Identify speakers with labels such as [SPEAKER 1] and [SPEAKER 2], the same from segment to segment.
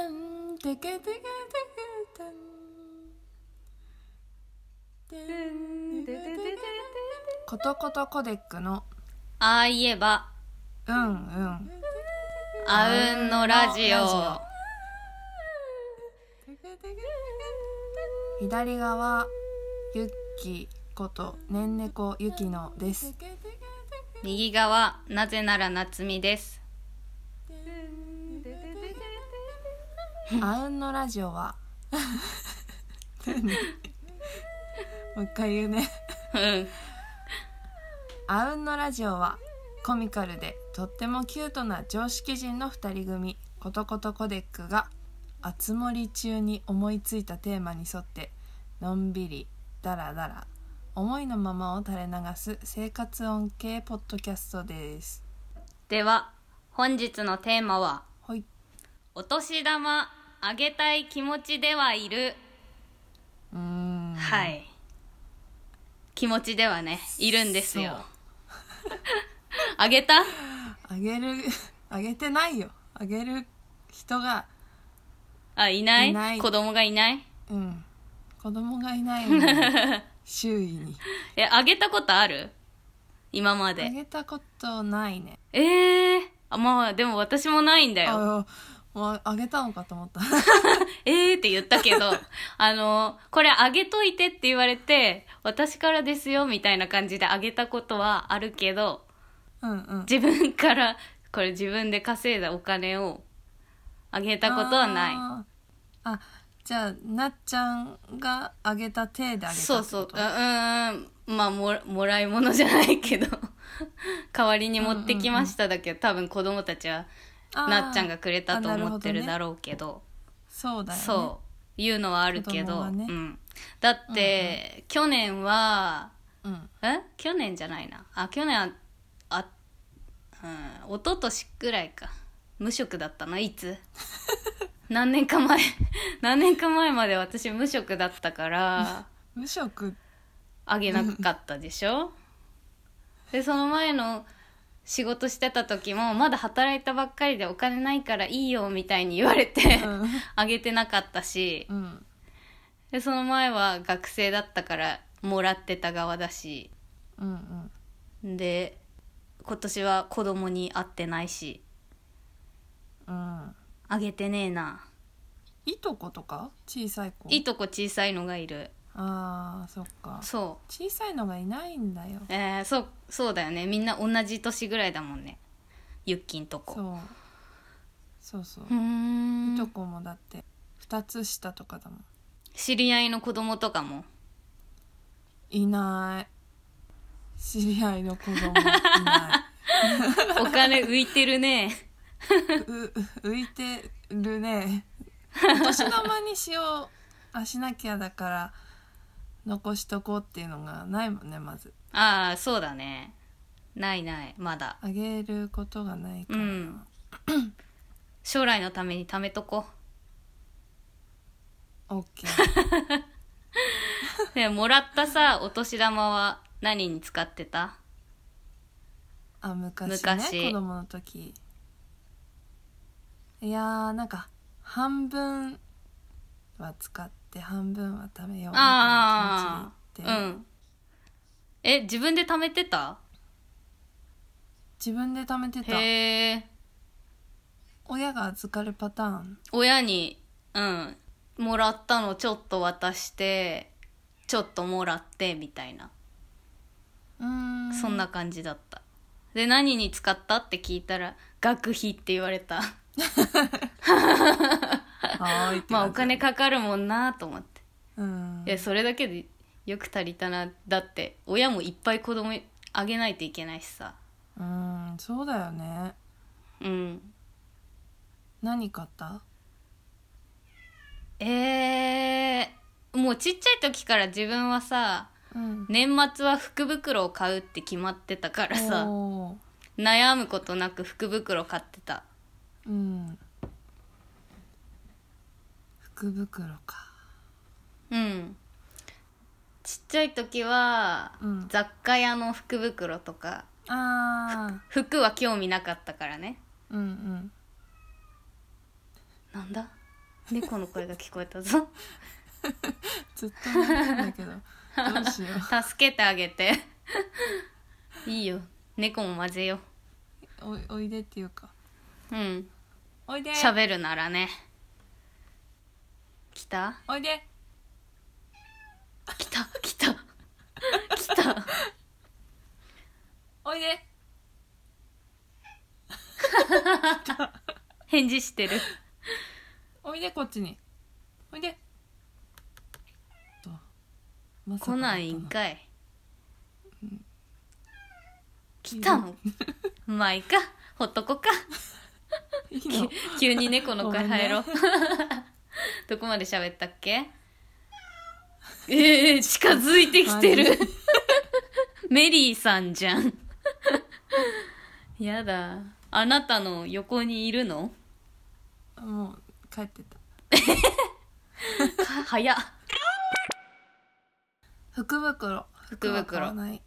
[SPEAKER 1] テケテケテケタンテンテケテケテケコトコトコデックの
[SPEAKER 2] ああ言えば、
[SPEAKER 1] うんうん
[SPEAKER 2] あうんのラ
[SPEAKER 1] ラ
[SPEAKER 2] ジ
[SPEAKER 1] ジ
[SPEAKER 2] オ。
[SPEAKER 1] 左側ゆっきことねんねこゆきのです
[SPEAKER 2] 右側、なぜなら夏美です。
[SPEAKER 1] あうんのラジオ は もう一回言うね
[SPEAKER 2] うん。
[SPEAKER 1] あうんのラジオはコミカルでとってもキュートな常識人の2人組ことことコデックがあつ森中に思いついたテーマに沿ってのんびりダラダラ思いのままを垂れ流す生活音系ポッドキャストです。
[SPEAKER 2] では、本日のテーマは、
[SPEAKER 1] ほい
[SPEAKER 2] お年玉あげたい気持ちではいる。
[SPEAKER 1] うーん
[SPEAKER 2] はい。気持ちではね、いるんですよ
[SPEAKER 1] そう。
[SPEAKER 2] あげた
[SPEAKER 1] あげるあげてないよあげる人が
[SPEAKER 2] あ、いない
[SPEAKER 1] いない
[SPEAKER 2] 子供がいない
[SPEAKER 1] うん子供がいないのに周囲に
[SPEAKER 2] え、あげたことある今ま
[SPEAKER 1] あ
[SPEAKER 2] で。
[SPEAKER 1] げたことないね
[SPEAKER 2] えー。あまあ、でも私もないんだよ。
[SPEAKER 1] あもうあげたのかと思った
[SPEAKER 2] えーって言ったけど、 あの、これあげといてって言われて、私からですよみたいな感じであげたことはあるけど、
[SPEAKER 1] うんうん
[SPEAKER 2] 自分から、これ自分で稼いだお金をあげたことはない。
[SPEAKER 1] あーあじゃあなっちゃんがあげた手であげたってこと
[SPEAKER 2] そうそう、うーん、まあも、もらい物じゃないけど、 代わりに持ってきましただけど、多分子供たちは、
[SPEAKER 1] あー
[SPEAKER 2] なっちゃんがくれたと
[SPEAKER 1] あなる
[SPEAKER 2] 思
[SPEAKER 1] ほ
[SPEAKER 2] っ
[SPEAKER 1] ど
[SPEAKER 2] て
[SPEAKER 1] ね
[SPEAKER 2] るだろうけど、
[SPEAKER 1] そうだよね
[SPEAKER 2] そう、いうのはあるけ
[SPEAKER 1] 子供
[SPEAKER 2] ど、
[SPEAKER 1] はね
[SPEAKER 2] うん。だって、去年は、
[SPEAKER 1] う、ん、
[SPEAKER 2] え去年じゃないなあ去年はあうん一昨年くらいか無職だったのい つ何年か前何年か前まで私無職だったから
[SPEAKER 1] 無職
[SPEAKER 2] あげなかったで しょでその前の仕事してた時もまだ働いたばっかりでお金ないからいいよみたいに言われて
[SPEAKER 1] うん
[SPEAKER 2] あげてなかったし
[SPEAKER 1] うん
[SPEAKER 2] でその前は学生だったからもらってた側だし
[SPEAKER 1] うんうん
[SPEAKER 2] で今年は子供に会ってないし
[SPEAKER 1] うん
[SPEAKER 2] あげてねえない
[SPEAKER 1] とことか小さい子
[SPEAKER 2] いとこ小さいのがいる
[SPEAKER 1] あーそっか
[SPEAKER 2] そ
[SPEAKER 1] 小さいのがいないんだよ
[SPEAKER 2] うえー、そうそうだよねみんな同じ年ぐらいだもんねゆっきんと
[SPEAKER 1] そ
[SPEAKER 2] こ
[SPEAKER 1] うそうそう、
[SPEAKER 2] うーん
[SPEAKER 1] いとこもだって2つ下とかだもん
[SPEAKER 2] 知り合いの子供とかも
[SPEAKER 1] いない知り合いの子供いない
[SPEAKER 2] お金浮いて るね
[SPEAKER 1] う浮いてるねお年玉にしようあしなきゃだから残しとこうっていうのがないもんねまず
[SPEAKER 2] ああそうだねないないまだ
[SPEAKER 1] あげることがないか
[SPEAKER 2] う
[SPEAKER 1] ら、
[SPEAKER 2] ん将来のために貯めとこ
[SPEAKER 1] オッケー
[SPEAKER 2] でもらったさお年玉は何に使ってた
[SPEAKER 1] あ昔ね
[SPEAKER 2] 昔
[SPEAKER 1] 子供の時いやーなんか半分は使って半分は食べようみたいな
[SPEAKER 2] あ
[SPEAKER 1] 気持ちで
[SPEAKER 2] あうんえ自分で貯めてた
[SPEAKER 1] 自分で貯めてた
[SPEAKER 2] へえ
[SPEAKER 1] 親が預かるパターン
[SPEAKER 2] 親にうんもらったのちょっと渡してちょっともらってみたいな、
[SPEAKER 1] うーん
[SPEAKER 2] そんな感じだったで何に使ったって聞いたら学費って言われた
[SPEAKER 1] はーいって感じ
[SPEAKER 2] まあお金かかるもんなと思って
[SPEAKER 1] うん
[SPEAKER 2] いやそれだけでよく足りたなだって親もいっぱい子供あげないといけないしさ
[SPEAKER 1] うーんそうだよね
[SPEAKER 2] うん
[SPEAKER 1] 何買った
[SPEAKER 2] えー、もうちっちゃい時から自分はさ
[SPEAKER 1] うん
[SPEAKER 2] 年末は福袋を買うって決まってたからさ
[SPEAKER 1] おー
[SPEAKER 2] 悩むことなく福袋買ってた
[SPEAKER 1] うん福袋か
[SPEAKER 2] うんちっちゃい時は、
[SPEAKER 1] うん
[SPEAKER 2] 雑貨屋の福袋とか
[SPEAKER 1] あ
[SPEAKER 2] 服は興味なかったからね
[SPEAKER 1] ーうんうん
[SPEAKER 2] なんだ猫の声が聞こえ たぞ
[SPEAKER 1] ずっと泣いてんだけどどうしよ
[SPEAKER 2] 助けてあげて いいよ猫も混ぜよ
[SPEAKER 1] うおおいでっていうか
[SPEAKER 2] ううん
[SPEAKER 1] おいで
[SPEAKER 2] 喋るならね来た
[SPEAKER 1] おいで
[SPEAKER 2] 来た来た来た
[SPEAKER 1] おいで
[SPEAKER 2] 返事してる
[SPEAKER 1] おいでこっちにおいでとまさか
[SPEAKER 2] 来ないんかい来たのまあいいかほっとこか
[SPEAKER 1] いいの
[SPEAKER 2] 急に猫の声入ろう、
[SPEAKER 1] ご
[SPEAKER 2] どこまで喋ったっけええ近づいてきてるメリーさんじゃんやだあなたの横にいるの
[SPEAKER 1] もう帰ってた
[SPEAKER 2] か早っ
[SPEAKER 1] 福袋
[SPEAKER 2] 福袋
[SPEAKER 1] は買わない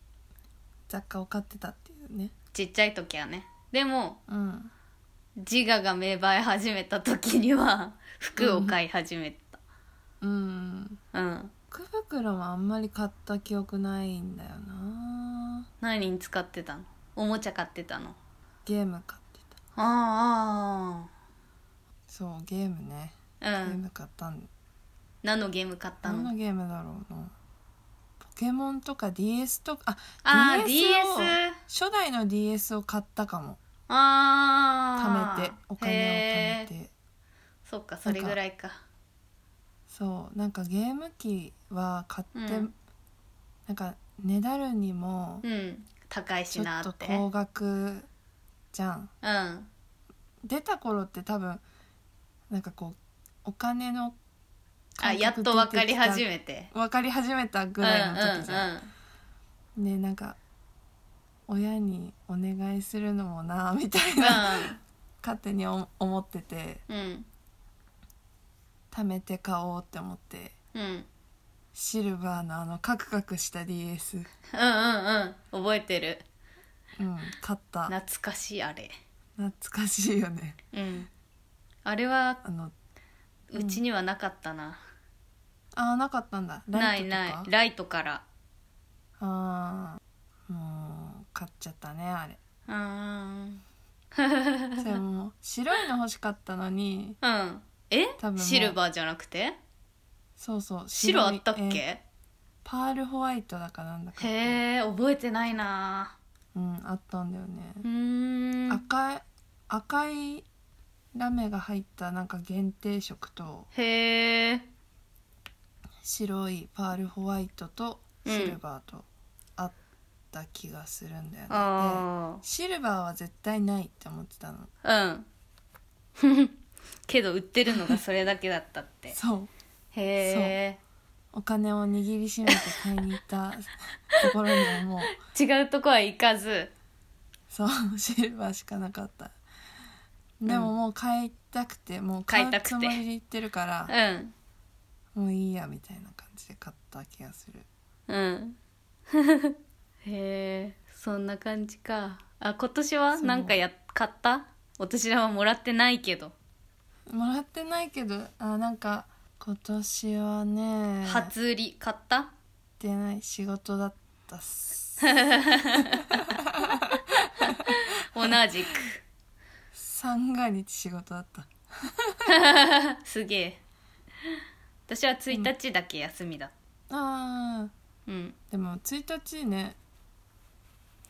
[SPEAKER 1] 雑貨を買ってたっていうね
[SPEAKER 2] ちっちゃい時はねでも
[SPEAKER 1] うん
[SPEAKER 2] 自我が芽生え始めた時には服を買い始めた
[SPEAKER 1] うん
[SPEAKER 2] うん
[SPEAKER 1] 福袋はあんまり買った記憶ないんだよな
[SPEAKER 2] 何に使ってたのおもちゃ買ってたの
[SPEAKER 1] ゲーム買ってた
[SPEAKER 2] あ
[SPEAKER 1] そうゲームね、
[SPEAKER 2] あああう
[SPEAKER 1] ゲー
[SPEAKER 2] ん
[SPEAKER 1] ム買ったん
[SPEAKER 2] 何のゲーム買った
[SPEAKER 1] 何
[SPEAKER 2] の
[SPEAKER 1] のゲームだろうなポケモンとか DS とかあ
[SPEAKER 2] ああ
[SPEAKER 1] DS を
[SPEAKER 2] DS
[SPEAKER 1] 初代の DS を買ったかも
[SPEAKER 2] あ
[SPEAKER 1] 貯め
[SPEAKER 2] あ
[SPEAKER 1] てお金を貯め
[SPEAKER 2] へえ
[SPEAKER 1] て
[SPEAKER 2] そっかそれぐらいか
[SPEAKER 1] そうなんかゲーム機は買って、
[SPEAKER 2] うん
[SPEAKER 1] なんかねだるにも
[SPEAKER 2] うん高い
[SPEAKER 1] ち
[SPEAKER 2] し
[SPEAKER 1] ょ
[SPEAKER 2] な
[SPEAKER 1] っ
[SPEAKER 2] ー
[SPEAKER 1] と
[SPEAKER 2] って
[SPEAKER 1] 高額じゃん
[SPEAKER 2] うん
[SPEAKER 1] 出た頃って多分なんかこうお金の
[SPEAKER 2] あやっと分かり始めて
[SPEAKER 1] 分かり始めたぐらいの時じゃん、
[SPEAKER 2] うんうんうん
[SPEAKER 1] ねなんか親にお願いするのもなみたいな
[SPEAKER 2] う
[SPEAKER 1] 勝手にお思ってて
[SPEAKER 2] んうん
[SPEAKER 1] 貯めて買おうって思って
[SPEAKER 2] うん
[SPEAKER 1] シルバーのあのカクカクした DS、
[SPEAKER 2] うんうんうん覚えてる
[SPEAKER 1] うん、買った
[SPEAKER 2] 懐かしいあれ
[SPEAKER 1] 懐かしいよね
[SPEAKER 2] うんあれは
[SPEAKER 1] あの
[SPEAKER 2] うちにはなかったな、
[SPEAKER 1] あーなかったんだラ
[SPEAKER 2] な
[SPEAKER 1] イ
[SPEAKER 2] い
[SPEAKER 1] トとか
[SPEAKER 2] ないライトから
[SPEAKER 1] あーもう買っちゃったねあれ
[SPEAKER 2] うーん
[SPEAKER 1] それも白いの欲しかったの に
[SPEAKER 2] うんえ
[SPEAKER 1] 多分もう
[SPEAKER 2] シルバーじゃなくて
[SPEAKER 1] そうそう
[SPEAKER 2] 白あ
[SPEAKER 1] い
[SPEAKER 2] ったっけ、
[SPEAKER 1] えーパールホワイトだかなんだかって
[SPEAKER 2] へえ覚えてないな
[SPEAKER 1] うんあったんだよね、
[SPEAKER 2] うーん
[SPEAKER 1] 赤い赤いラメが入ったなんか限定色と
[SPEAKER 2] へえ
[SPEAKER 1] 白いパールホワイトとシルバーとあった気がするんだよね、
[SPEAKER 2] あ
[SPEAKER 1] でシルバーは絶対ないって思ってたの
[SPEAKER 2] あうん けど売ってるのがそれだけだったっ て
[SPEAKER 1] そう
[SPEAKER 2] へえ
[SPEAKER 1] お金を握りしめて買いに行ったところにはもう
[SPEAKER 2] 違うとこは行かず
[SPEAKER 1] そうシルバーしかなかったでももう買いたくて、もう
[SPEAKER 2] 買い
[SPEAKER 1] 買
[SPEAKER 2] た
[SPEAKER 1] う
[SPEAKER 2] くて
[SPEAKER 1] つもりで行ってるか
[SPEAKER 2] う
[SPEAKER 1] ら
[SPEAKER 2] ん
[SPEAKER 1] もういいやみたいな感じで買った気がする
[SPEAKER 2] うんへえそんな感じかあ今年は
[SPEAKER 1] そう
[SPEAKER 2] なんかや買った私らはもらってないけど、
[SPEAKER 1] もらってないけどあなんか今年はね
[SPEAKER 2] 初売り買った
[SPEAKER 1] ってない仕事だったっす
[SPEAKER 2] 同じく
[SPEAKER 1] 三が日仕事だった
[SPEAKER 2] すげえ私は1日だけ休みだ
[SPEAKER 1] あー
[SPEAKER 2] うん
[SPEAKER 1] でも1日ね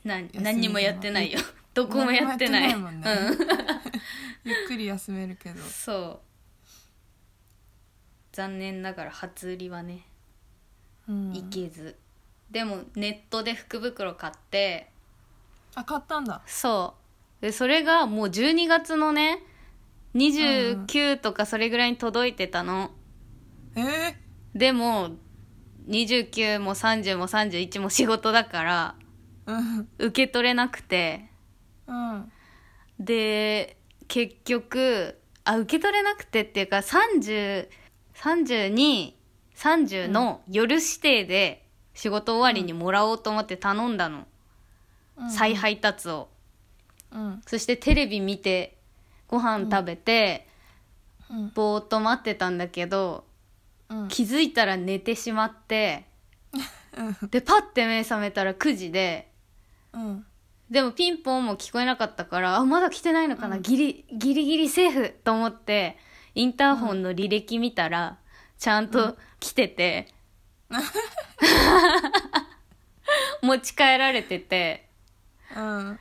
[SPEAKER 2] な
[SPEAKER 1] み
[SPEAKER 2] 何にもやってないよ どこもやってない
[SPEAKER 1] 何もやってないもん
[SPEAKER 2] うん
[SPEAKER 1] ゆっくり休めるけ ど
[SPEAKER 2] そう残念ながら初売りはね
[SPEAKER 1] うん
[SPEAKER 2] 行けず、でもネットで福袋買って
[SPEAKER 1] あ買ったんだ
[SPEAKER 2] そうでそれがもう12月のね29とかそれぐらいに届いてたの、
[SPEAKER 1] えー、
[SPEAKER 2] でも29も30も31も仕事だから
[SPEAKER 1] うん
[SPEAKER 2] 受け取れなくて
[SPEAKER 1] うん
[SPEAKER 2] で結局あ受け取れなくてっていうか303230の夜指定で仕事終わりにもらおうと思って頼んだの、
[SPEAKER 1] うん
[SPEAKER 2] 再配達を
[SPEAKER 1] うん
[SPEAKER 2] そしてテレビ見てご飯食べて、
[SPEAKER 1] うん
[SPEAKER 2] ぼーっと待ってたんだけど
[SPEAKER 1] うん
[SPEAKER 2] 気づいたら寝てしまって
[SPEAKER 1] うん
[SPEAKER 2] でパッて目覚めたら9時で
[SPEAKER 1] うん
[SPEAKER 2] でもピンポンも聞こえなかったからあまだ来てないのかな、ギリギリギリセーフと思ってインターホンの履歴見たらちゃんと来てて、持ち帰られてて
[SPEAKER 1] うん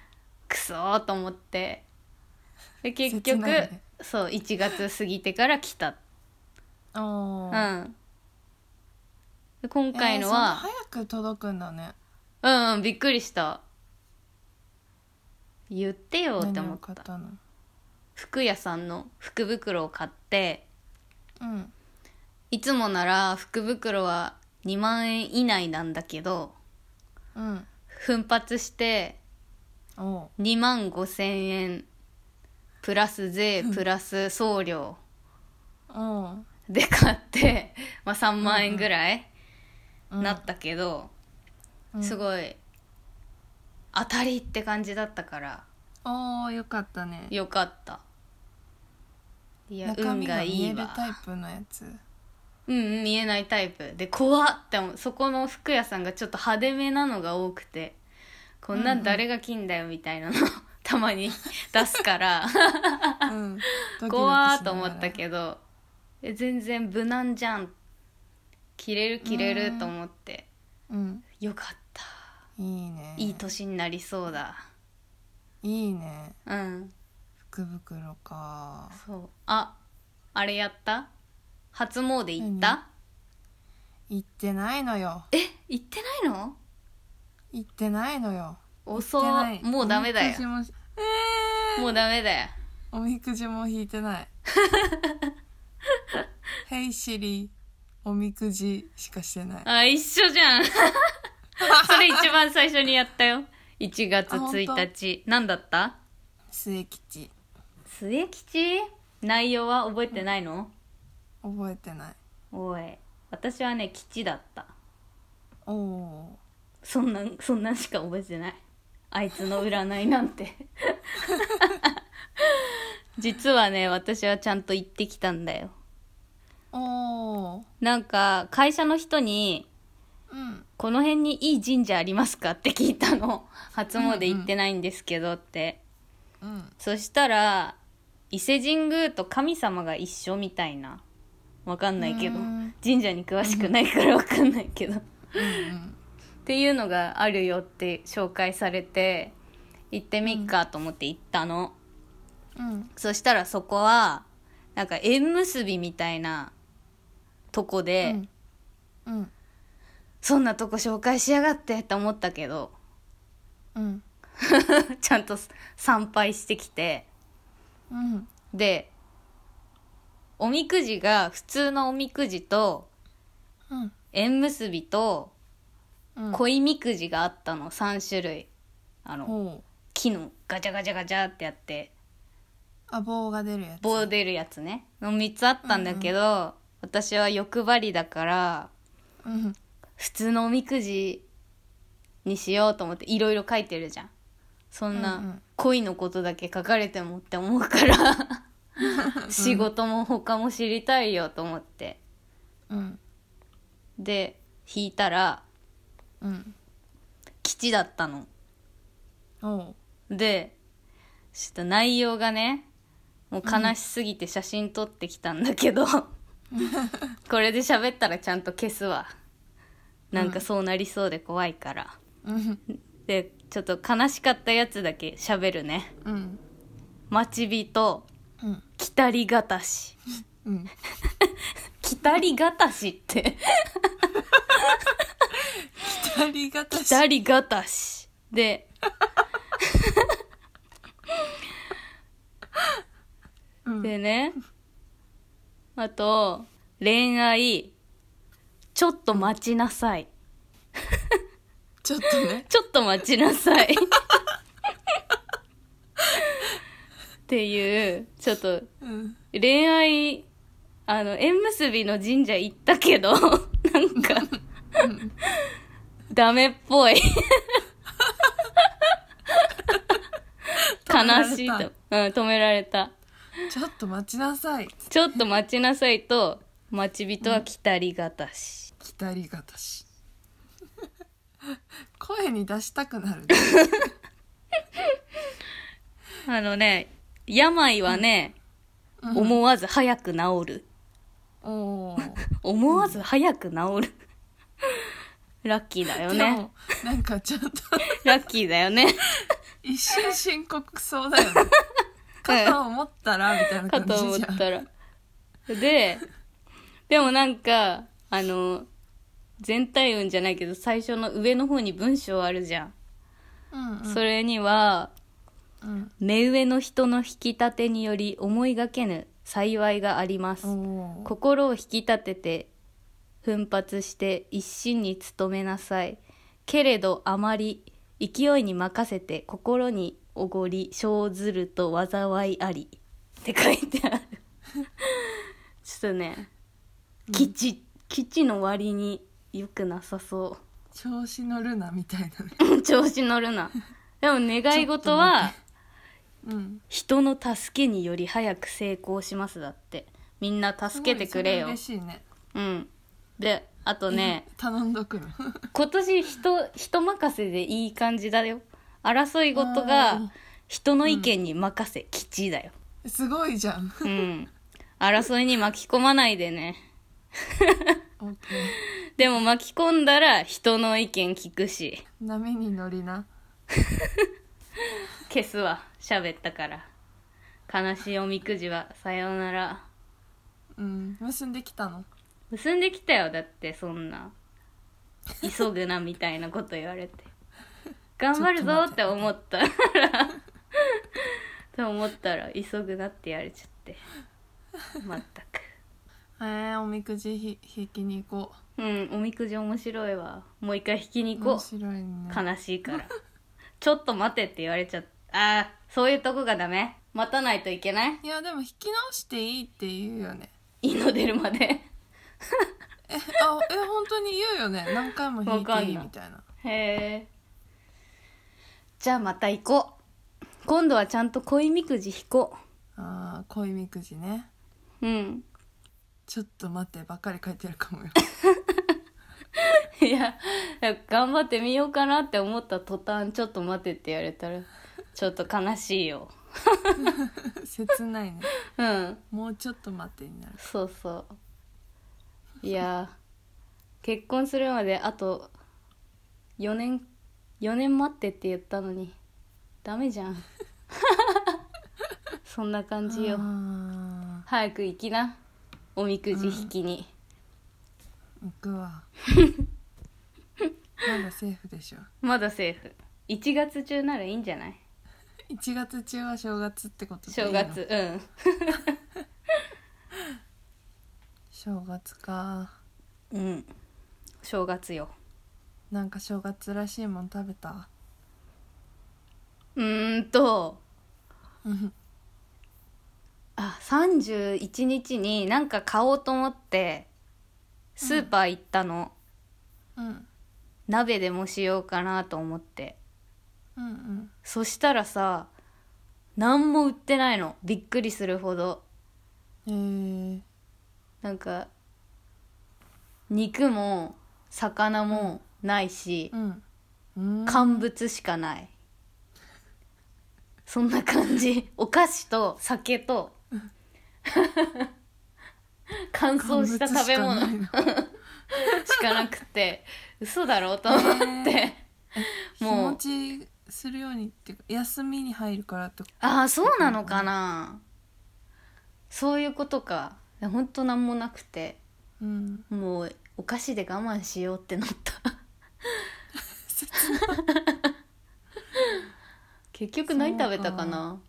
[SPEAKER 2] くそーと思ってで結
[SPEAKER 1] 切
[SPEAKER 2] 局、
[SPEAKER 1] ないね
[SPEAKER 2] そう1月過ぎてから来た
[SPEAKER 1] お
[SPEAKER 2] う
[SPEAKER 1] ー
[SPEAKER 2] んで今
[SPEAKER 1] えー
[SPEAKER 2] 回の
[SPEAKER 1] そんな
[SPEAKER 2] は、
[SPEAKER 1] 早く届くんだね
[SPEAKER 2] うんうんびっくりした言ってよって
[SPEAKER 1] 何
[SPEAKER 2] 思
[SPEAKER 1] を
[SPEAKER 2] っ
[SPEAKER 1] 買ったたの
[SPEAKER 2] 服屋さんの福袋を買って
[SPEAKER 1] うん
[SPEAKER 2] いつもなら福袋は2万円以内なんだけど
[SPEAKER 1] うん
[SPEAKER 2] 奮発して
[SPEAKER 1] おう
[SPEAKER 2] 2万5千円プラス税プラス送料
[SPEAKER 1] おう
[SPEAKER 2] で買って、 まあ、3万円ぐらい
[SPEAKER 1] うん
[SPEAKER 2] なったけど、
[SPEAKER 1] うん
[SPEAKER 2] すごい当たりって感じだったから
[SPEAKER 1] おーよかったね
[SPEAKER 2] よかったいや
[SPEAKER 1] 中
[SPEAKER 2] 運
[SPEAKER 1] 身
[SPEAKER 2] が
[SPEAKER 1] が
[SPEAKER 2] い
[SPEAKER 1] 見
[SPEAKER 2] い
[SPEAKER 1] える
[SPEAKER 2] わ
[SPEAKER 1] タイプのや つ
[SPEAKER 2] うんうん見えないタイプで怖っって思うそこの服屋さんがちょっと派手めなのが多くてこんなん誰が金だよみたいなの たまに出す から
[SPEAKER 1] うんドキドキしながら
[SPEAKER 2] 怖ーと思ったけどえ全然無難じゃん着れる着れると思って
[SPEAKER 1] うん
[SPEAKER 2] よかった
[SPEAKER 1] いいね
[SPEAKER 2] いい年になりそうだ
[SPEAKER 1] いいね
[SPEAKER 2] うん
[SPEAKER 1] 福袋か
[SPEAKER 2] そうああれやった初詣行った
[SPEAKER 1] 行ってないのよ
[SPEAKER 2] え行ってないの
[SPEAKER 1] 行ってないのよ
[SPEAKER 2] 遅
[SPEAKER 1] 行ってない
[SPEAKER 2] もうダメだ
[SPEAKER 1] お
[SPEAKER 2] よ
[SPEAKER 1] みくじもえー
[SPEAKER 2] もうダメだよ
[SPEAKER 1] おみくじも引いてない ヘイシリおみくじしかしてない
[SPEAKER 2] あ一緒 じゃんそれ一番最初にやったよ1月
[SPEAKER 1] あ本当
[SPEAKER 2] 1日何だった
[SPEAKER 1] 末吉
[SPEAKER 2] 末吉内容は覚えてないの、
[SPEAKER 1] 覚えてない
[SPEAKER 2] おい私はね吉だった
[SPEAKER 1] おお
[SPEAKER 2] そんなんそんなんしか覚えてないあいつの占いなんて 実はね私はちゃんと行ってきたんだよ
[SPEAKER 1] ーおー
[SPEAKER 2] なんか会社の人に
[SPEAKER 1] うん
[SPEAKER 2] 「この辺にいい神社ありますか?」って聞い たの初詣行ってないんですけどって、
[SPEAKER 1] うん
[SPEAKER 2] そしたら伊勢神宮と神様が一緒みたいなわかんないけど
[SPEAKER 1] うん
[SPEAKER 2] 神社に詳しくないからわかんないけど
[SPEAKER 1] うん
[SPEAKER 2] っていうのがあるよって紹介されて行ってみっかと思って行ったの、
[SPEAKER 1] うんうん
[SPEAKER 2] そしたらそこはなんか縁結びみたいなとこで、
[SPEAKER 1] うんうん
[SPEAKER 2] そんなとこ紹介しやがってって思ったけど
[SPEAKER 1] うん
[SPEAKER 2] ちゃんと参拝してきて
[SPEAKER 1] うん
[SPEAKER 2] でおみくじが普通のおみくじと
[SPEAKER 1] うん
[SPEAKER 2] 縁結びと
[SPEAKER 1] うん
[SPEAKER 2] 恋みくじがあったの3種類あの
[SPEAKER 1] ほう
[SPEAKER 2] 木のガチャガチャガチャってやって
[SPEAKER 1] あ棒が出るやつ
[SPEAKER 2] 棒出るやつねの3つあったんだけど、私は欲張りだから
[SPEAKER 1] うん
[SPEAKER 2] 普通のおみくじにしようと思っていろいろ書いてるじゃんそん
[SPEAKER 1] うんうん
[SPEAKER 2] な恋のことだけ書かれてもって思うから 仕事も他も知りたいよと思って
[SPEAKER 1] うん
[SPEAKER 2] で引いたら
[SPEAKER 1] うん
[SPEAKER 2] 吉だったの
[SPEAKER 1] おう
[SPEAKER 2] でちょっと内容がねもう悲しすぎて写真撮ってきたんだけど、これで喋ったらちゃんと消すわなんかそうなりそうで怖いから、
[SPEAKER 1] うん
[SPEAKER 2] でちょっと悲しかったやつだけ喋るね
[SPEAKER 1] うん
[SPEAKER 2] 待ち人
[SPEAKER 1] うん
[SPEAKER 2] きたりがたし
[SPEAKER 1] うん
[SPEAKER 2] きたりがたしって
[SPEAKER 1] 左がた
[SPEAKER 2] き
[SPEAKER 1] した
[SPEAKER 2] りがたしで
[SPEAKER 1] うん
[SPEAKER 2] でねあと恋愛ちょっと待ちなさい
[SPEAKER 1] ちょっとね
[SPEAKER 2] ちょっと待ちなさ い。っていう、ちょっと、
[SPEAKER 1] うん
[SPEAKER 2] 恋愛、あの、縁結びの神社行ったけど、 なんか、ダメっぽい。悲しいと。うん、止められた。
[SPEAKER 1] ちょっと待ちなさい
[SPEAKER 2] ちょっと待ちなさいと待ち人は来たりがたし、
[SPEAKER 1] きたりがたし 声に出したくなる
[SPEAKER 2] あのね病はね、思わず早く治る
[SPEAKER 1] うんおー
[SPEAKER 2] 思わず早く治るラッキーだよ
[SPEAKER 1] で
[SPEAKER 2] ね
[SPEAKER 1] もなんかちょっと
[SPEAKER 2] ラッキーだよね
[SPEAKER 1] 一瞬深刻そう だよねかと思ったらみたいな
[SPEAKER 2] か
[SPEAKER 1] 感
[SPEAKER 2] と思
[SPEAKER 1] じじ
[SPEAKER 2] っ
[SPEAKER 1] ゃん
[SPEAKER 2] たらででもなんかあの全体運じゃないけど最初の上の方に文章あるじゃん、
[SPEAKER 1] うんうん
[SPEAKER 2] それには
[SPEAKER 1] うん
[SPEAKER 2] 「目上の人の引き立てにより思いがけぬ幸いがあります」
[SPEAKER 1] おー
[SPEAKER 2] 心を引き立てて奮発して一心に努めなさいけれどあまり勢いに任せて心におごり生ずると災いありって書いてあ るちょっとね基地基地の割によくなさそ
[SPEAKER 1] 調子乗るなみたいなね
[SPEAKER 2] う 調子乗るなでも願い事は
[SPEAKER 1] うん
[SPEAKER 2] 人の助けにより早く成功しますだってみんな助けてくれ
[SPEAKER 1] す
[SPEAKER 2] よ
[SPEAKER 1] ごいそ嬉しいね
[SPEAKER 2] うんであ とね、
[SPEAKER 1] 頼んどくの
[SPEAKER 2] 今年人人任せでいい感じだよ争い事が人の意見に任せ吉だよ
[SPEAKER 1] すごいじゃん
[SPEAKER 2] うん争いに巻き込まないでね
[SPEAKER 1] オッケ
[SPEAKER 2] でも巻き込んだら人の意見聞くし
[SPEAKER 1] ー波に乗りな
[SPEAKER 2] 消すわ喋ったから悲しいおみくじはさようなら
[SPEAKER 1] うん結んできたの
[SPEAKER 2] 結んできたよだってそんな急ぐなみたいなこと言われて 頑張るぞーって思ったらと思ったら急ぐなって言われちゃってまったく
[SPEAKER 1] えー、おみくじひ引きに行こ
[SPEAKER 2] うんおみくじ面白いわもう一回引きに
[SPEAKER 1] う
[SPEAKER 2] 行こ
[SPEAKER 1] 面白いね
[SPEAKER 2] う悲しいからちょっと待てって言われちゃったああそういうとこがダメ待たないといけない
[SPEAKER 1] いやでも引き直していいって言うよね
[SPEAKER 2] いいの出るまで
[SPEAKER 1] えあえ本当に言うよね何回も引いていいみたいな
[SPEAKER 2] へえじゃあまた行こう今度はちゃんと恋みくじ引こ
[SPEAKER 1] あー恋みくじね
[SPEAKER 2] ううん
[SPEAKER 1] ちょっと待ってばっかり書いてるか もよ
[SPEAKER 2] いや頑張ってみようかなって思った途端ちょっと待てって言われたらちょっと悲しいよ
[SPEAKER 1] 切ないね
[SPEAKER 2] うん
[SPEAKER 1] もうちょっと待ってになる
[SPEAKER 2] そうそういや結婚するまであと4年4年待ってって言ったのにダメじゃん そんな感じよ
[SPEAKER 1] あ
[SPEAKER 2] 早く行きなおみくじ引きに、
[SPEAKER 1] ー行く わまだセーフでしょ
[SPEAKER 2] まだセーフ1月中ならいいんじゃない
[SPEAKER 1] 1月中は正月ってことでいい
[SPEAKER 2] 正
[SPEAKER 1] の
[SPEAKER 2] 月うん
[SPEAKER 1] 正月か
[SPEAKER 2] うん正月よ
[SPEAKER 1] なんか正月らしいもん食べた
[SPEAKER 2] うーんと
[SPEAKER 1] うん
[SPEAKER 2] あ31日になんか買おうと思ってスーパー行ったの、
[SPEAKER 1] うん
[SPEAKER 2] 鍋でもしようかなと思って
[SPEAKER 1] うん
[SPEAKER 2] そしたらさ何も売ってないのびっくりするほど
[SPEAKER 1] うんえー、
[SPEAKER 2] なんか肉も魚もないし、
[SPEAKER 1] うんうん
[SPEAKER 2] 乾物しかないそんな感じお菓子と酒と乾燥した食べ物
[SPEAKER 1] 乾物しかないの
[SPEAKER 2] しかなくて嘘だろうと思って、もう
[SPEAKER 1] 日持ちするようにっていうか休みに入るからってこ
[SPEAKER 2] ああそうなのかなそういうことかほんと何もなくて
[SPEAKER 1] とうん
[SPEAKER 2] もうお菓子で我慢しようってなった 結局何食べたかな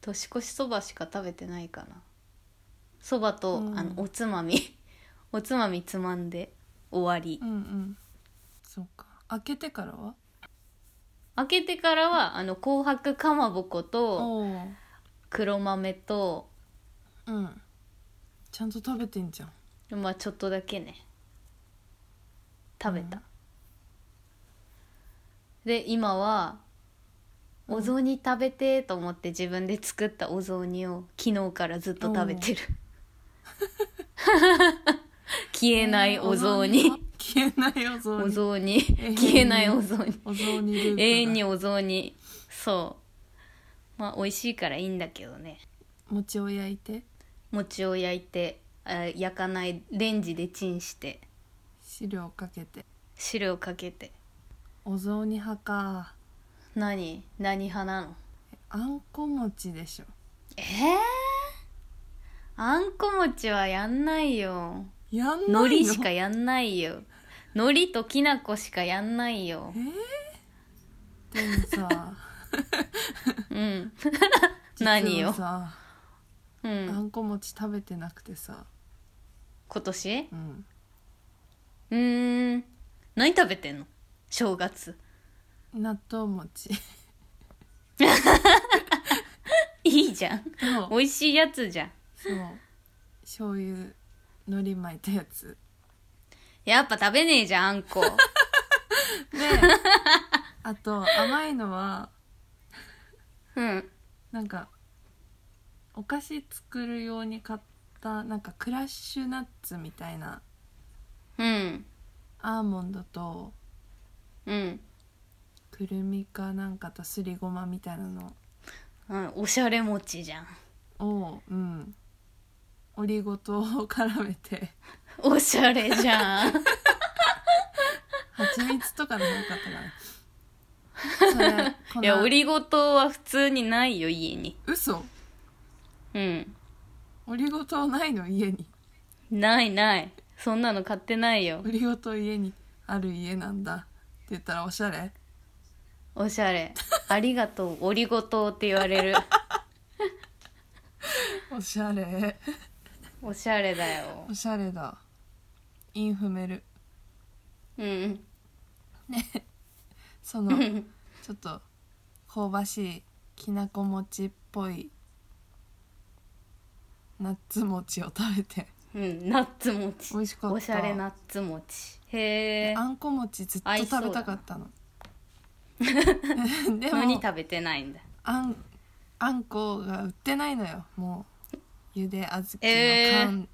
[SPEAKER 2] 年越しそばしか食べてないかなそばと、
[SPEAKER 1] うん
[SPEAKER 2] あのおつまみ おつまみつまんで終わり
[SPEAKER 1] うんうんそうか開けてからは
[SPEAKER 2] 開けてからはあの紅白かまぼこと
[SPEAKER 1] おお
[SPEAKER 2] 黒豆と
[SPEAKER 1] うんちゃんと食べてんじゃん
[SPEAKER 2] まあちょっとだけね食べた、
[SPEAKER 1] うん
[SPEAKER 2] で今はお雑煮食べてと思って自分で作ったお雑煮を昨日からずっと食べてる 消えないお雑煮
[SPEAKER 1] 消えないお雑
[SPEAKER 2] お
[SPEAKER 1] 煮
[SPEAKER 2] 雑煮
[SPEAKER 1] 永遠に
[SPEAKER 2] 消えないお雑煮
[SPEAKER 1] お雑煮ループだ
[SPEAKER 2] 永遠にお雑煮そうまあ美味しいからいいんだけどね
[SPEAKER 1] 餅を焼いて
[SPEAKER 2] 餅を焼いてあ焼かないレンジでチンして
[SPEAKER 1] 汁をかけて
[SPEAKER 2] 汁をかけて
[SPEAKER 1] お雑煮派か
[SPEAKER 2] 何何派なの
[SPEAKER 1] あんこ餅でしょ
[SPEAKER 2] えー、あんこ餅はやんないよ
[SPEAKER 1] やんないの
[SPEAKER 2] 海苔しかやんないよ海苔ときな粉しかやんないよ
[SPEAKER 1] えでもさ
[SPEAKER 2] うん 何よ
[SPEAKER 1] 実はさ
[SPEAKER 2] う
[SPEAKER 1] あ
[SPEAKER 2] ん
[SPEAKER 1] んこ餅食べてなくてさ、
[SPEAKER 2] 今年
[SPEAKER 1] うん、
[SPEAKER 2] うーん何食べてんの正月
[SPEAKER 1] 納豆餅
[SPEAKER 2] いいじゃん
[SPEAKER 1] そう
[SPEAKER 2] 美味しいやつじゃん
[SPEAKER 1] そう醤油海苔巻いたやつ
[SPEAKER 2] やっぱ食べねえじゃんあん こ
[SPEAKER 1] であと甘いのは
[SPEAKER 2] うん
[SPEAKER 1] なんかお菓子作る用に買ったなんかクラッシュナッツみたいな
[SPEAKER 2] うん
[SPEAKER 1] アーモンドと
[SPEAKER 2] うん、
[SPEAKER 1] くるみかなんかとすりごまみたいなの
[SPEAKER 2] うん、おしゃれ餅じゃん
[SPEAKER 1] をうんオリゴ糖を 絡めて
[SPEAKER 2] おしゃれじ ゃん
[SPEAKER 1] 蜂蜜とかの方が良かったかなそれ
[SPEAKER 2] いやオ
[SPEAKER 1] り
[SPEAKER 2] リゴ糖は普通にないよ家に
[SPEAKER 1] 嘘
[SPEAKER 2] うん
[SPEAKER 1] オリゴ糖ないの家に
[SPEAKER 2] ないないそんなの買ってないよ
[SPEAKER 1] オリゴ糖家にある家なんだって言ったらおしゃれ
[SPEAKER 2] おしゃれありがとうオリゴ糖って言われ る
[SPEAKER 1] おしゃれ
[SPEAKER 2] おしゃれだよ
[SPEAKER 1] おしゃれだインフメル
[SPEAKER 2] うん
[SPEAKER 1] そのちょっと香ばしいきなこ餅っぽいナッツ餅を食べて
[SPEAKER 2] うんナッツ餅
[SPEAKER 1] 美味しかった
[SPEAKER 2] おしゃれナッツ餅へえ
[SPEAKER 1] あんこ餅ずっと食べたかったので
[SPEAKER 2] 何
[SPEAKER 1] も
[SPEAKER 2] 食べてないんだ
[SPEAKER 1] あんあんこが売ってないのよもうゆで小
[SPEAKER 2] えー
[SPEAKER 1] 豆の缶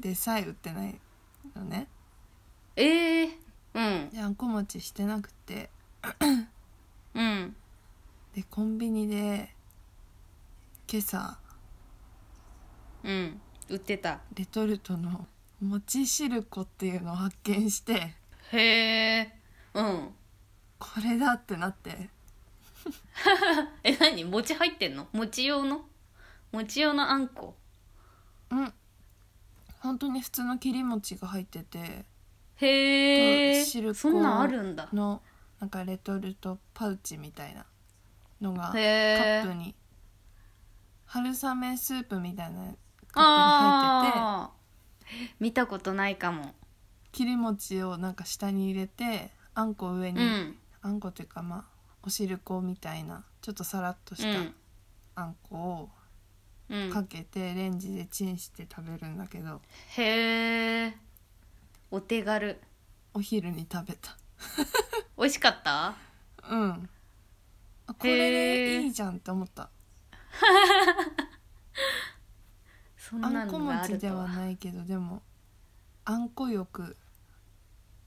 [SPEAKER 1] でさえ売ってないのね、
[SPEAKER 2] ええうん
[SPEAKER 1] であんこ餅してなくて
[SPEAKER 2] うん
[SPEAKER 1] でコンビニで今朝
[SPEAKER 2] うん売ってた
[SPEAKER 1] レトルトの餅しるこっていうのを発見して
[SPEAKER 2] へえうん
[SPEAKER 1] これだってなって
[SPEAKER 2] え何餅入ってんの餅用の餅用のあんこ
[SPEAKER 1] うん本当に普通の切り餅が入ってて
[SPEAKER 2] へ
[SPEAKER 1] と汁粉
[SPEAKER 2] えそんなんあるんだ
[SPEAKER 1] のなんかレトルトパウチみたいなのがカ
[SPEAKER 2] へ
[SPEAKER 1] ップ
[SPEAKER 2] え
[SPEAKER 1] に春雨スープみたいなカップに入ってて
[SPEAKER 2] あー見たことないかも
[SPEAKER 1] 切り餅をなんか下に入れてあんこを上
[SPEAKER 2] う
[SPEAKER 1] に、
[SPEAKER 2] ん
[SPEAKER 1] あんこというかまあお汁粉みたいなちょっとさらっとし
[SPEAKER 2] う
[SPEAKER 1] た
[SPEAKER 2] ん
[SPEAKER 1] あんこ
[SPEAKER 2] う
[SPEAKER 1] をか
[SPEAKER 2] ん、
[SPEAKER 1] けてレンジでチンして食べるんだけど
[SPEAKER 2] へえお手軽
[SPEAKER 1] お昼に食べた
[SPEAKER 2] 美味しかった
[SPEAKER 1] うんあこれでいいじゃんって思った
[SPEAKER 2] そん
[SPEAKER 1] あ
[SPEAKER 2] なん
[SPEAKER 1] こ
[SPEAKER 2] のがあ
[SPEAKER 1] 餅
[SPEAKER 2] る
[SPEAKER 1] で
[SPEAKER 2] と
[SPEAKER 1] は
[SPEAKER 2] は
[SPEAKER 1] ないけどでもあんこ欲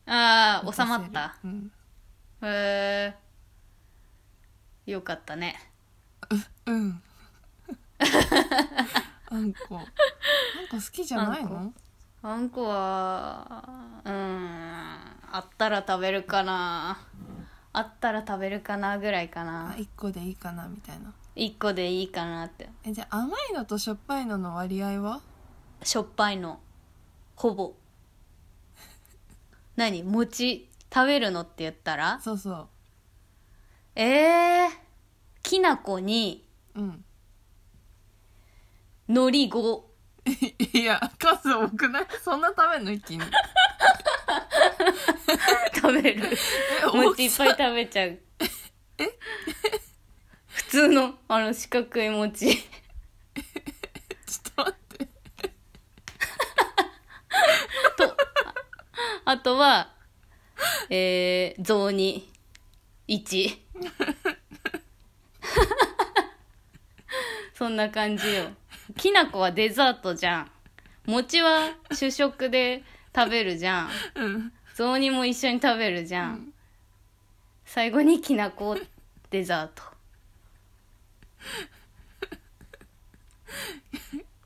[SPEAKER 2] ああ
[SPEAKER 1] 満たせ
[SPEAKER 2] 収
[SPEAKER 1] る
[SPEAKER 2] まった
[SPEAKER 1] うん
[SPEAKER 2] へえよかったね
[SPEAKER 1] うん。あんこ。あんこ好きじゃない
[SPEAKER 2] あ
[SPEAKER 1] の？
[SPEAKER 2] あんこはうーんあったら食べるかなあったら食べるかなぐらいか
[SPEAKER 1] あ
[SPEAKER 2] な、
[SPEAKER 1] 一個でいいかなみたいな。
[SPEAKER 2] 一1個でいいかなって
[SPEAKER 1] えじゃあ甘いのとしょっぱいのの割合は？
[SPEAKER 2] しょっぱいのほぼ何餅食べるのって言ったら
[SPEAKER 1] そうそ
[SPEAKER 2] ええきな粉に
[SPEAKER 1] う。うん。
[SPEAKER 2] 海苔5
[SPEAKER 1] いや数多くない？そんな食べんの一気に。
[SPEAKER 2] 食べる
[SPEAKER 1] え
[SPEAKER 2] 餅いっぱい食べちゃうえ 普通のあの四角い餅
[SPEAKER 1] ちょっと待って。
[SPEAKER 2] あとはえー、雑煮1 そんな感じよきな粉はデザートじゃん餅は主食で食べるじゃん
[SPEAKER 1] うん
[SPEAKER 2] 雑煮も一緒に食べるじゃん、最後にきな粉デザート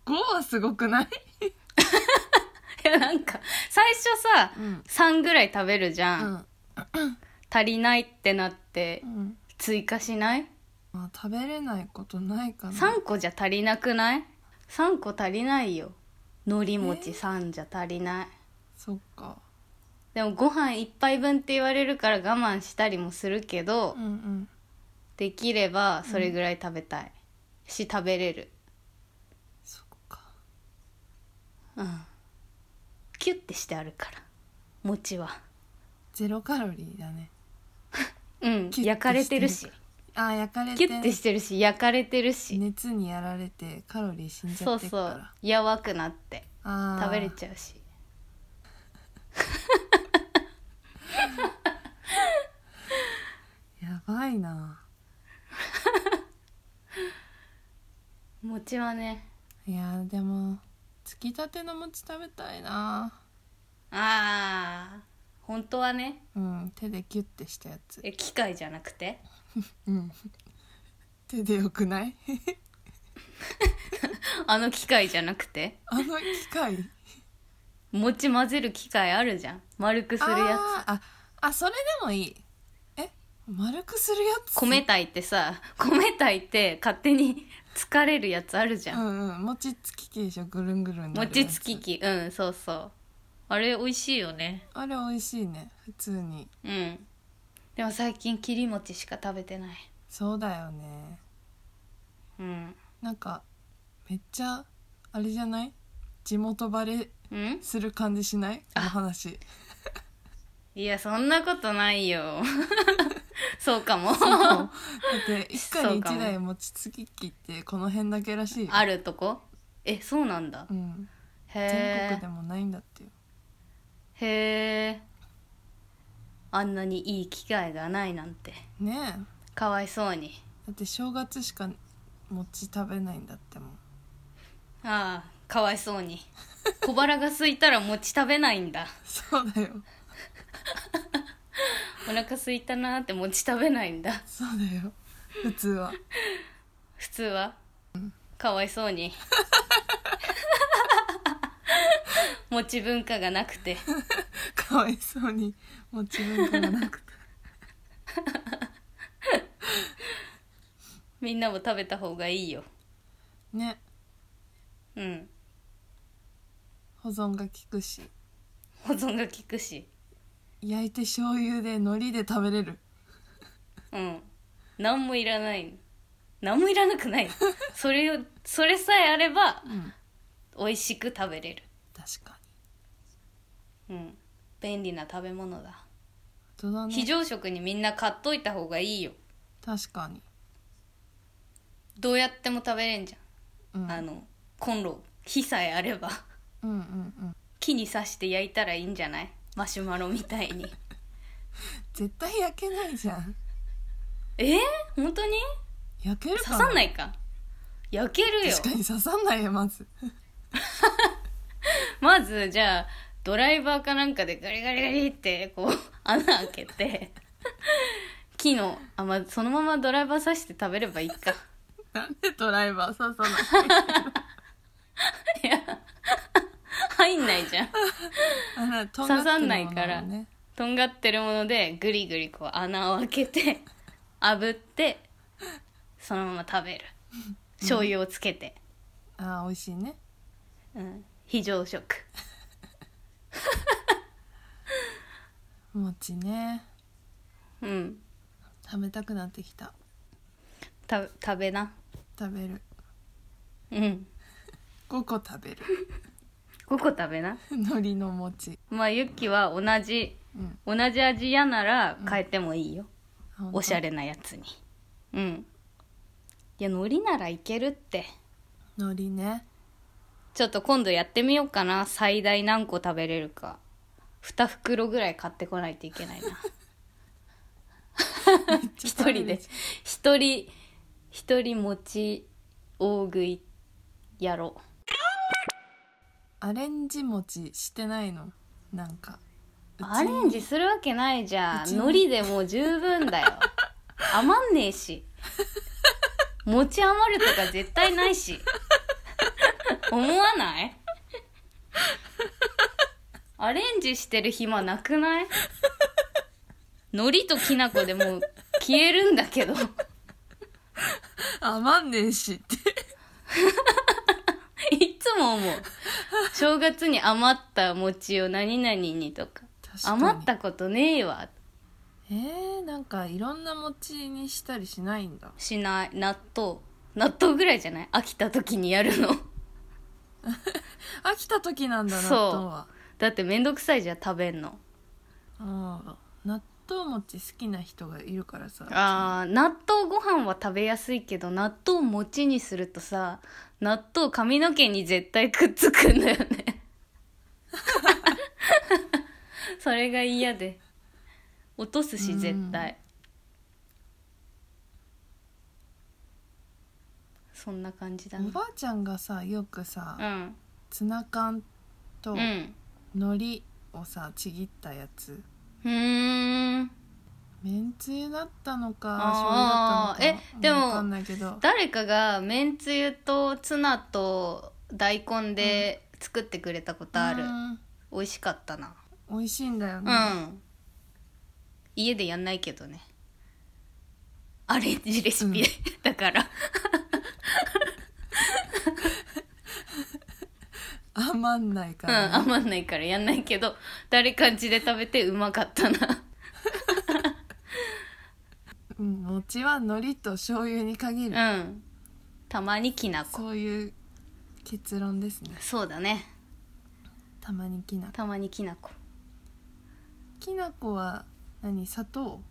[SPEAKER 1] 5はすごくない
[SPEAKER 2] いやなんか最初さ、
[SPEAKER 1] うん
[SPEAKER 2] 3ぐらい食べるじ
[SPEAKER 1] う
[SPEAKER 2] ゃん、
[SPEAKER 1] ん、
[SPEAKER 2] 足りないってなって
[SPEAKER 1] うん、
[SPEAKER 2] 追加しない
[SPEAKER 1] まあ食べれないことないかな
[SPEAKER 2] 3個じゃ足りなくない ?3 個足りないよ海苔餅3じゃ足りない、
[SPEAKER 1] そっか
[SPEAKER 2] でもご飯一杯分って言われるから我慢したりもするけど、
[SPEAKER 1] うんうん
[SPEAKER 2] できればそれぐらい食べたい、し食べれる
[SPEAKER 1] そっか
[SPEAKER 2] うんキュッてしてあるから餅は
[SPEAKER 1] ゼロカロリーだね
[SPEAKER 2] うん
[SPEAKER 1] キュッてしてる
[SPEAKER 2] 焼かれてるし
[SPEAKER 1] あー焼かれ
[SPEAKER 2] キ
[SPEAKER 1] て
[SPEAKER 2] ュッてしてるし焼かれてるし、
[SPEAKER 1] 熱にやられてカロリー死んじゃ
[SPEAKER 2] そう
[SPEAKER 1] ってっか
[SPEAKER 2] そ
[SPEAKER 1] ら
[SPEAKER 2] うやわくなって
[SPEAKER 1] あー
[SPEAKER 2] 食べれちゃうし
[SPEAKER 1] やばいな
[SPEAKER 2] 餅はね
[SPEAKER 1] いやーでもつきたての餅食べたいな
[SPEAKER 2] ああ本当はね
[SPEAKER 1] うん手でキュッてしたやつ
[SPEAKER 2] え機械じゃなくて
[SPEAKER 1] うん手でよくない
[SPEAKER 2] あの機械じゃなくて
[SPEAKER 1] あの機械
[SPEAKER 2] 餅混ぜる機械あるじゃん丸くするやつ
[SPEAKER 1] あーああそれでもいいえ丸くするやつ
[SPEAKER 2] 米炊いてさ米炊いて勝手に 疲れるやつあるじゃ、
[SPEAKER 1] うんんうん餅つき器でしょぐるんぐるんなるやつ
[SPEAKER 2] 餅つき器うんそうそうあれ美味しいよね
[SPEAKER 1] あれ美味しいね普通に
[SPEAKER 2] うんでも最近切り餅しか食べてない
[SPEAKER 1] そうだよね
[SPEAKER 2] うん
[SPEAKER 1] なんかめっちゃあれじゃない地元バレ
[SPEAKER 2] うん
[SPEAKER 1] する感じしないこ
[SPEAKER 2] あ
[SPEAKER 1] の話
[SPEAKER 2] いやそんなことないよ そうかも
[SPEAKER 1] そうだって一家
[SPEAKER 2] そ
[SPEAKER 1] に
[SPEAKER 2] うかも
[SPEAKER 1] 一台持ちつき機ってこの辺だけらしいよ
[SPEAKER 2] あるとこえそうなんだ
[SPEAKER 1] うん、全
[SPEAKER 2] へ
[SPEAKER 1] 国でもないんだってよ
[SPEAKER 2] えへえあんなにいい機会がないなんて
[SPEAKER 1] ねえ
[SPEAKER 2] かわいそうに
[SPEAKER 1] だって正月しか餅食べないんだってもん
[SPEAKER 2] ああかわいそうに小腹が空いたら餅食べないんだ
[SPEAKER 1] そうだよ
[SPEAKER 2] お腹空いたなーって餅食べないんだ
[SPEAKER 1] そうだよ普通は
[SPEAKER 2] 普通はかわいそ うに餅文化がなくて
[SPEAKER 1] かわいそうに餅文化がなくて
[SPEAKER 2] みんなも食べた方がいいよ
[SPEAKER 1] ね
[SPEAKER 2] うん
[SPEAKER 1] 保存が効くし
[SPEAKER 2] 保存が効くし
[SPEAKER 1] 焼いて醤油で海苔で食べれる
[SPEAKER 2] うん何もいらない何もいらなくない それをそれさえあれば
[SPEAKER 1] うん
[SPEAKER 2] 美味しく食べれる
[SPEAKER 1] 確かに
[SPEAKER 2] うん便利な食べ物だ
[SPEAKER 1] 本当だ
[SPEAKER 2] 非
[SPEAKER 1] ね
[SPEAKER 2] 常食にみんな買っといた方がいいよ
[SPEAKER 1] 確かに、
[SPEAKER 2] どうやっても食べれんじ
[SPEAKER 1] うん、
[SPEAKER 2] ゃん、あのコンロ火さえあれば
[SPEAKER 1] うんうんうん
[SPEAKER 2] 木に刺して焼いたらいいんじゃないマシュマロみたい に
[SPEAKER 1] 絶対焼けないじゃん
[SPEAKER 2] えー、本当に
[SPEAKER 1] 焼けるか
[SPEAKER 2] 刺さんないいか焼けるよ
[SPEAKER 1] 確かに刺さんないよまず
[SPEAKER 2] まずじゃあドライバーかなんかでガリガリガリってこう 穴開けて木のあ、まあ、そのままドライバー刺して食べればいいか
[SPEAKER 1] なんでドライバー刺さない
[SPEAKER 2] いや入んないじゃん
[SPEAKER 1] あらと
[SPEAKER 2] 刺さんないか
[SPEAKER 1] んがって
[SPEAKER 2] ら
[SPEAKER 1] るものをね
[SPEAKER 2] とんがってるものでぐりぐりこう穴を開けて炙ってそのまま食べる醤油をつけて、
[SPEAKER 1] あー美味しいね
[SPEAKER 2] うん、非常食
[SPEAKER 1] 餅ね
[SPEAKER 2] うん
[SPEAKER 1] 食べたくなってきた
[SPEAKER 2] た食べな
[SPEAKER 1] 食べる
[SPEAKER 2] うん
[SPEAKER 1] 5個食べる
[SPEAKER 2] 5個食べな
[SPEAKER 1] 海苔の餅
[SPEAKER 2] まあユッキは同じ
[SPEAKER 1] うん
[SPEAKER 2] 同じ味嫌なら変えてもいいよ、
[SPEAKER 1] ほんと
[SPEAKER 2] おしゃれなやつにうんいや海苔ならいけるって
[SPEAKER 1] 海苔ね
[SPEAKER 2] ちょっと今度やってみようかな最大何個食べれるか2袋ぐらい買ってこないといけない な
[SPEAKER 1] めっちゃ
[SPEAKER 2] 一
[SPEAKER 1] 食べる
[SPEAKER 2] 人で一人一人餅大食いやろ
[SPEAKER 1] アレンジ餅してないのなんかうち
[SPEAKER 2] アレンジするわけないじ
[SPEAKER 1] う
[SPEAKER 2] ゃ
[SPEAKER 1] んちに
[SPEAKER 2] 海苔でもう十 分だよ余んねえし持ち余るとか絶対ないし思わないアレンジしてる暇なくない海苔ときな粉でもう消えるんだけど
[SPEAKER 1] 余んねえしって
[SPEAKER 2] いつも思う正月に余った餅を何々にとか
[SPEAKER 1] 確かに
[SPEAKER 2] 余ったことねえわ
[SPEAKER 1] えー、なんかいろんな餅にしたりしないんだ
[SPEAKER 2] しない納豆納豆ぐらいじゃない飽きた時にやるの
[SPEAKER 1] 飽きた時なんだ納
[SPEAKER 2] そう
[SPEAKER 1] 豆は
[SPEAKER 2] だってめんどくさいじゃん食べんの
[SPEAKER 1] うん納豆餅好きな人がいるからさ
[SPEAKER 2] あー納豆ご飯は食べやすいけど納豆餅にするとさ納豆髪の毛に絶対くっつくんだよね それが嫌で落とすし絶対そんな感じだ
[SPEAKER 1] お
[SPEAKER 2] な
[SPEAKER 1] ばあちゃんがさよくさ、
[SPEAKER 2] うん
[SPEAKER 1] ツナ缶と
[SPEAKER 2] うん
[SPEAKER 1] 海苔をさちぎったやつ
[SPEAKER 2] うーん
[SPEAKER 1] めんつゆだったのか
[SPEAKER 2] あ
[SPEAKER 1] 醤油だっ
[SPEAKER 2] ー
[SPEAKER 1] たのか
[SPEAKER 2] えでも
[SPEAKER 1] わかんないけど
[SPEAKER 2] 誰かがめんつゆとツナと大根で作ってくれたことある、
[SPEAKER 1] うん
[SPEAKER 2] 美味しかったな
[SPEAKER 1] 美味しいんだよ
[SPEAKER 2] う
[SPEAKER 1] ね、
[SPEAKER 2] ん、家でやんないけどねアレンジレシピ、
[SPEAKER 1] うん
[SPEAKER 2] だから
[SPEAKER 1] 余んないか
[SPEAKER 2] うん
[SPEAKER 1] ら、ね
[SPEAKER 2] 余んないからやんないけど誰かんちで食べてうまかったな
[SPEAKER 1] うん、餅は海苔と醤油に限る、
[SPEAKER 2] うんたまにきなこ
[SPEAKER 1] そういう結論ですね
[SPEAKER 2] そうだね
[SPEAKER 1] たまにきなこ
[SPEAKER 2] たまにきなこ
[SPEAKER 1] きなこは何砂糖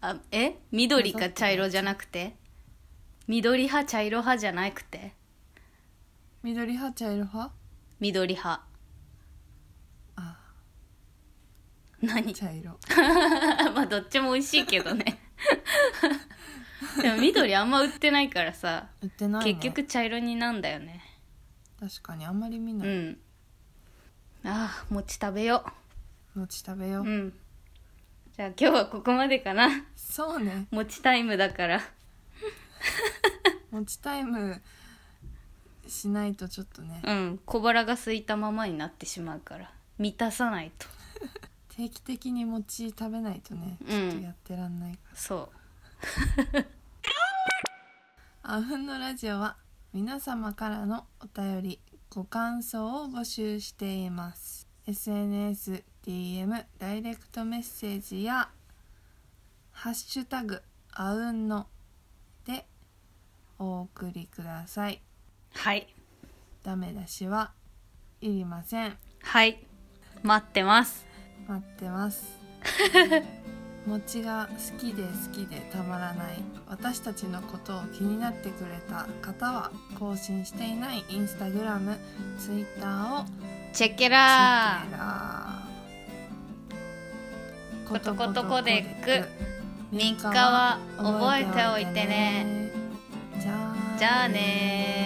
[SPEAKER 2] あえ緑か茶色じゃなくて緑派茶色派じゃなくて
[SPEAKER 1] 緑派茶色派
[SPEAKER 2] 緑派
[SPEAKER 1] あ
[SPEAKER 2] 何
[SPEAKER 1] 茶色
[SPEAKER 2] まあどっちも美味しいけどね でも緑あんま売ってないからさ
[SPEAKER 1] 売ってない、ね、
[SPEAKER 2] 結局茶色になんだよね
[SPEAKER 1] 確かにあんまり見
[SPEAKER 2] う
[SPEAKER 1] ない、
[SPEAKER 2] んああ餅食べよ
[SPEAKER 1] 餅食べよ
[SPEAKER 2] う
[SPEAKER 1] う、
[SPEAKER 2] うんじゃあ今日はここまでかな
[SPEAKER 1] そうね
[SPEAKER 2] 餅タイムだから
[SPEAKER 1] 餅タイムしないとちょっとね
[SPEAKER 2] うん小腹が空いたままになってしまうから満たさないと
[SPEAKER 1] 定期的に餅食べないとね
[SPEAKER 2] う
[SPEAKER 1] ち
[SPEAKER 2] ん
[SPEAKER 1] ょっとやってらんないか
[SPEAKER 2] そ
[SPEAKER 1] ら、あふんのラジオは皆様からのお便りご感想を募集しています SNSDM ダイレクトメッセージや「ハッシュタグあうんの」でお送りくださいう
[SPEAKER 2] はい
[SPEAKER 1] ダメ出しはいりません
[SPEAKER 2] はい待ってます
[SPEAKER 1] 待ってます 餅が好きで好きでたまらない私たちのことを気になってくれた方は更新していないインスタグラムツイッターを
[SPEAKER 2] チェケラー
[SPEAKER 1] コ
[SPEAKER 2] トコトコデック3日は覚えておいてね
[SPEAKER 1] じゃあ
[SPEAKER 2] じゃあねー